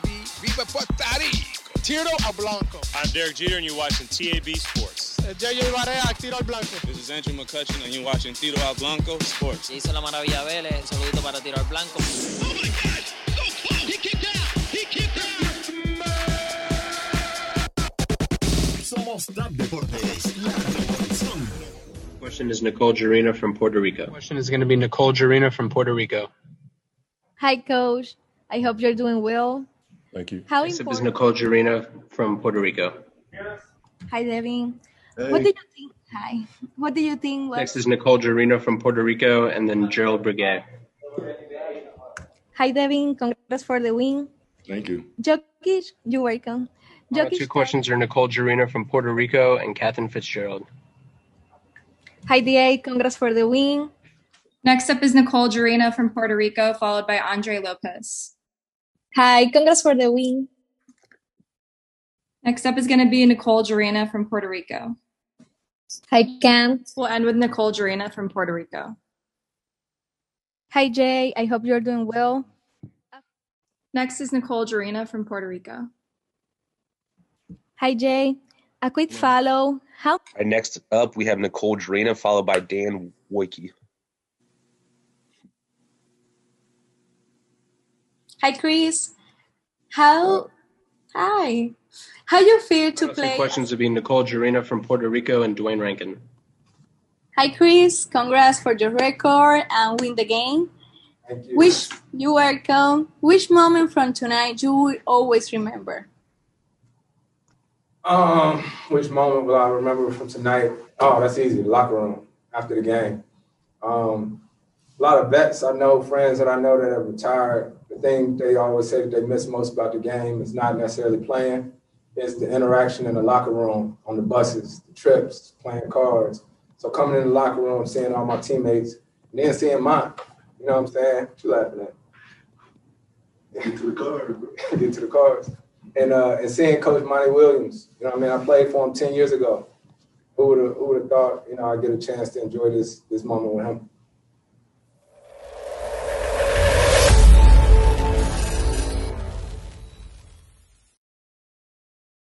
de Puerto Rico. Tiro a Blanco. I'm Derek Jeter, and you're watching TAB Sports. Eh, JJ Barea, Tiro al Blanco. This is Andrew McCutcheon, and you're watching Tiro al Blanco Sports. Jason La Maravilla Vélez, un saludito para Tiro al Blanco. Oh my God! So close! He kicked out! He kicked out! Somos Dab Deportes, la revolución. Question is Nicole Jarena from Puerto Rico. Question is going to be Nicole Jarena from Puerto Rico. Hi, coach. I hope you're doing well. Thank you. How Next up is important? Nicole Jarena from Puerto Rico. Hi, Devin. What Hey, did you think? Hi. What do you think? Was, Next is Nicole Jarena from Puerto Rico, and then Gerald Brigay. Hi, Devin. Congrats for the win. thank you. Jokic, you're welcome. Our two Jokic. questions are Nicole Jarena from Puerto Rico and Catherine Fitzgerald. Hi, DA. Congrats for the win. Next up is Nicole Jarena from Puerto Rico, followed by Andre Lopez. Hi. Congrats for the win. Next up is going to be Nicole Jarena from Puerto Rico. Hi, Cam. We'll end with Nicole Jarena from Puerto Rico. Hi, Jay. I hope you're doing well. Next is Nicole Jarena from Puerto Rico. Hi, Jay. A quick follow. How All right, next up, we have Nicole Jarena, followed by Dan Wojcicki. Hi, Chris. How? Hi. How you feel to Our two play? questions will be Nicole Jarena from Puerto Rico and Dwayne Rankin. Hi, Chris. Congrats for your record and win the game. Which you welcome. Which moment from tonight you will always remember? Um, which moment will I remember from tonight? Oh, that's easy. The locker room after the game. Um, a lot of vets I know, friends that I know that have retired. The thing they always say that they miss most about the game is not necessarily playing. It's the interaction in the locker room, on the buses, the trips, playing cards. So coming in the locker room, seeing all my teammates, and then seeing mine. You know what I'm saying? What you laughing at? Get to the car. get to the cards. And uh, and seeing Coach Monty Williams, you know, what I mean, I played for him ten years ago. Who would have who would have thought, you know, I would get a chance to enjoy this this moment with him?